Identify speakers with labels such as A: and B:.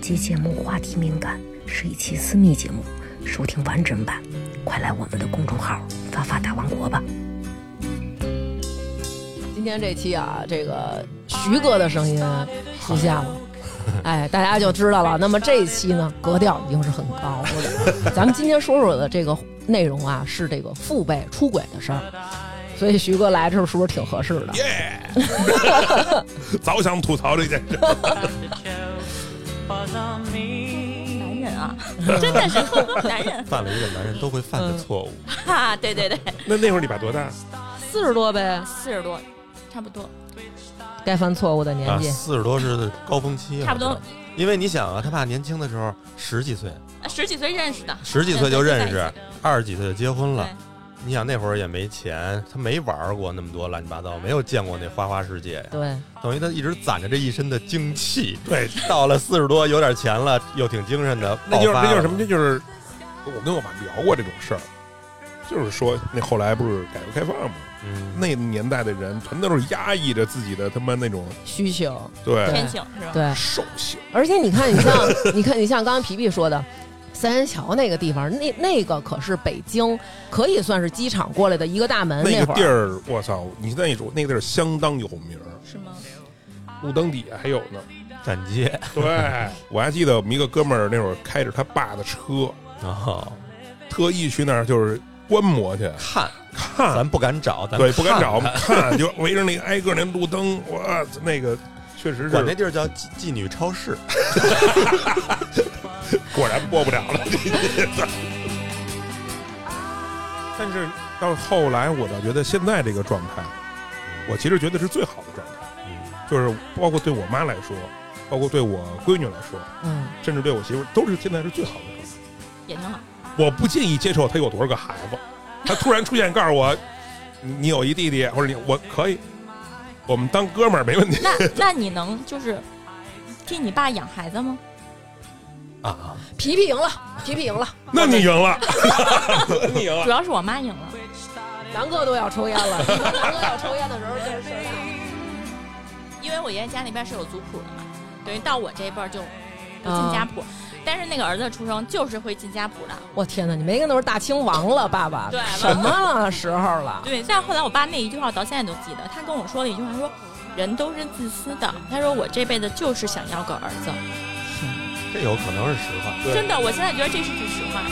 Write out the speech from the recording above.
A: 集节目话题敏感，是一期私密节目，收听完整版，快来我们的公众号“发发大王国”吧。
B: 今天这期啊，这个徐哥的声音出现了。哎，大家就知道了。那么这一期呢，格调已经是很高了。咱们今天说说的这个内容啊，是这个父辈出轨的事儿，所以徐哥来这是不是挺合适的？
C: 耶！早想吐槽这件事。
D: 男人啊， 真的是男人
E: 犯了一个男人都会犯
D: 嗯
E: 的错误。
D: 哈，对对对，
C: 那那会儿你把多大？
B: 四十多呗，
D: 四十多，差不多，
B: 该犯错误的年
E: 啊，
B: 纪。
E: 四十多是高峰期，
D: 哎差不多
E: 我觉得。因为你想啊，他爸年轻的时候十几岁，
D: 十几岁认识的，
E: 十几岁就认识
D: 对，
E: 二十几岁就结婚了
D: 对。
E: 你想那会儿也没钱，他没玩过那么多乱七八糟，没有见过那花花世界呀，
B: 对，
E: 等于他一直攒着这一身的精气。
C: 对，
E: 到了四十多，有点钱了，又挺精神的，
C: 那就是
E: 爆发
C: 那
E: 了
C: 就是什么？？这就是我跟我妈聊过这种事儿，就是说那后来不是改革开放嘛，
E: 嗯，
C: 那年代的人全都是压抑着自己的他妈那种
B: 需求。
C: 对
D: 天性是吧？
B: 对，
C: 兽性，
B: 而且你看，你像，你 看，你像刚刚皮皮说的，三元桥那个地方，那那个可是北京可以算是机场过来的一个大门。
C: 那
B: 那
C: 个
B: 会
C: 地
B: 儿，
C: 儿，我操！你现在一说，那个地儿相当有名儿，
D: 是吗？
C: 路灯底下还有呢。
E: 站街
C: 对，我还记得我们一个哥们儿那会儿开着他爸的车，
E: 哦，
C: 特意去那儿就是观摩去
E: 看，
C: 看，
E: 咱不敢找，咱
C: 对，不敢找，我
E: 看
C: 们
E: 看
C: 看就围着那个挨个那路灯，哇，那个确实是，
E: 管那地儿叫妓妓女超市。
C: 果然播不了 了。但是到后来，我倒觉得现在这个状态，我其实觉得是最好的状态，
E: 嗯
C: 就是包括对我妈来说，包括对我闺女来说，
B: 嗯，
C: 甚至对我媳妇儿，都是现在是最好的状态。
D: 也挺好，
C: 我不介意接受她有多少个孩子，她突然出现告诉我，你你有一弟弟，或者你我可以，我们当哥们儿没问题。
D: 那 那你能就是替你爸养孩子吗？
E: 啊，
B: 皮皮赢了，皮皮赢了，
C: 那你赢了， 你赢了
D: 主。要是我妈赢了，
B: 南哥都要抽烟了。你说南哥要抽烟的时候，这是谁呀？
D: 因为我爷爷家那边是有族谱的嘛，等于到我这一辈儿就不进家谱，但是那个儿子出生就是会进家谱的。
B: 我天哪，你没跟那时候大清王了，爸爸？
D: 对
B: 什么时候了？
D: 对，但后来我爸那一句话我到现在都记得，他跟我说了一句话，他说人都是自私的，他说我这辈子就是想要个儿子，
E: 这有可能是实话。
C: 对
D: 真的，我现在觉得这是句实话。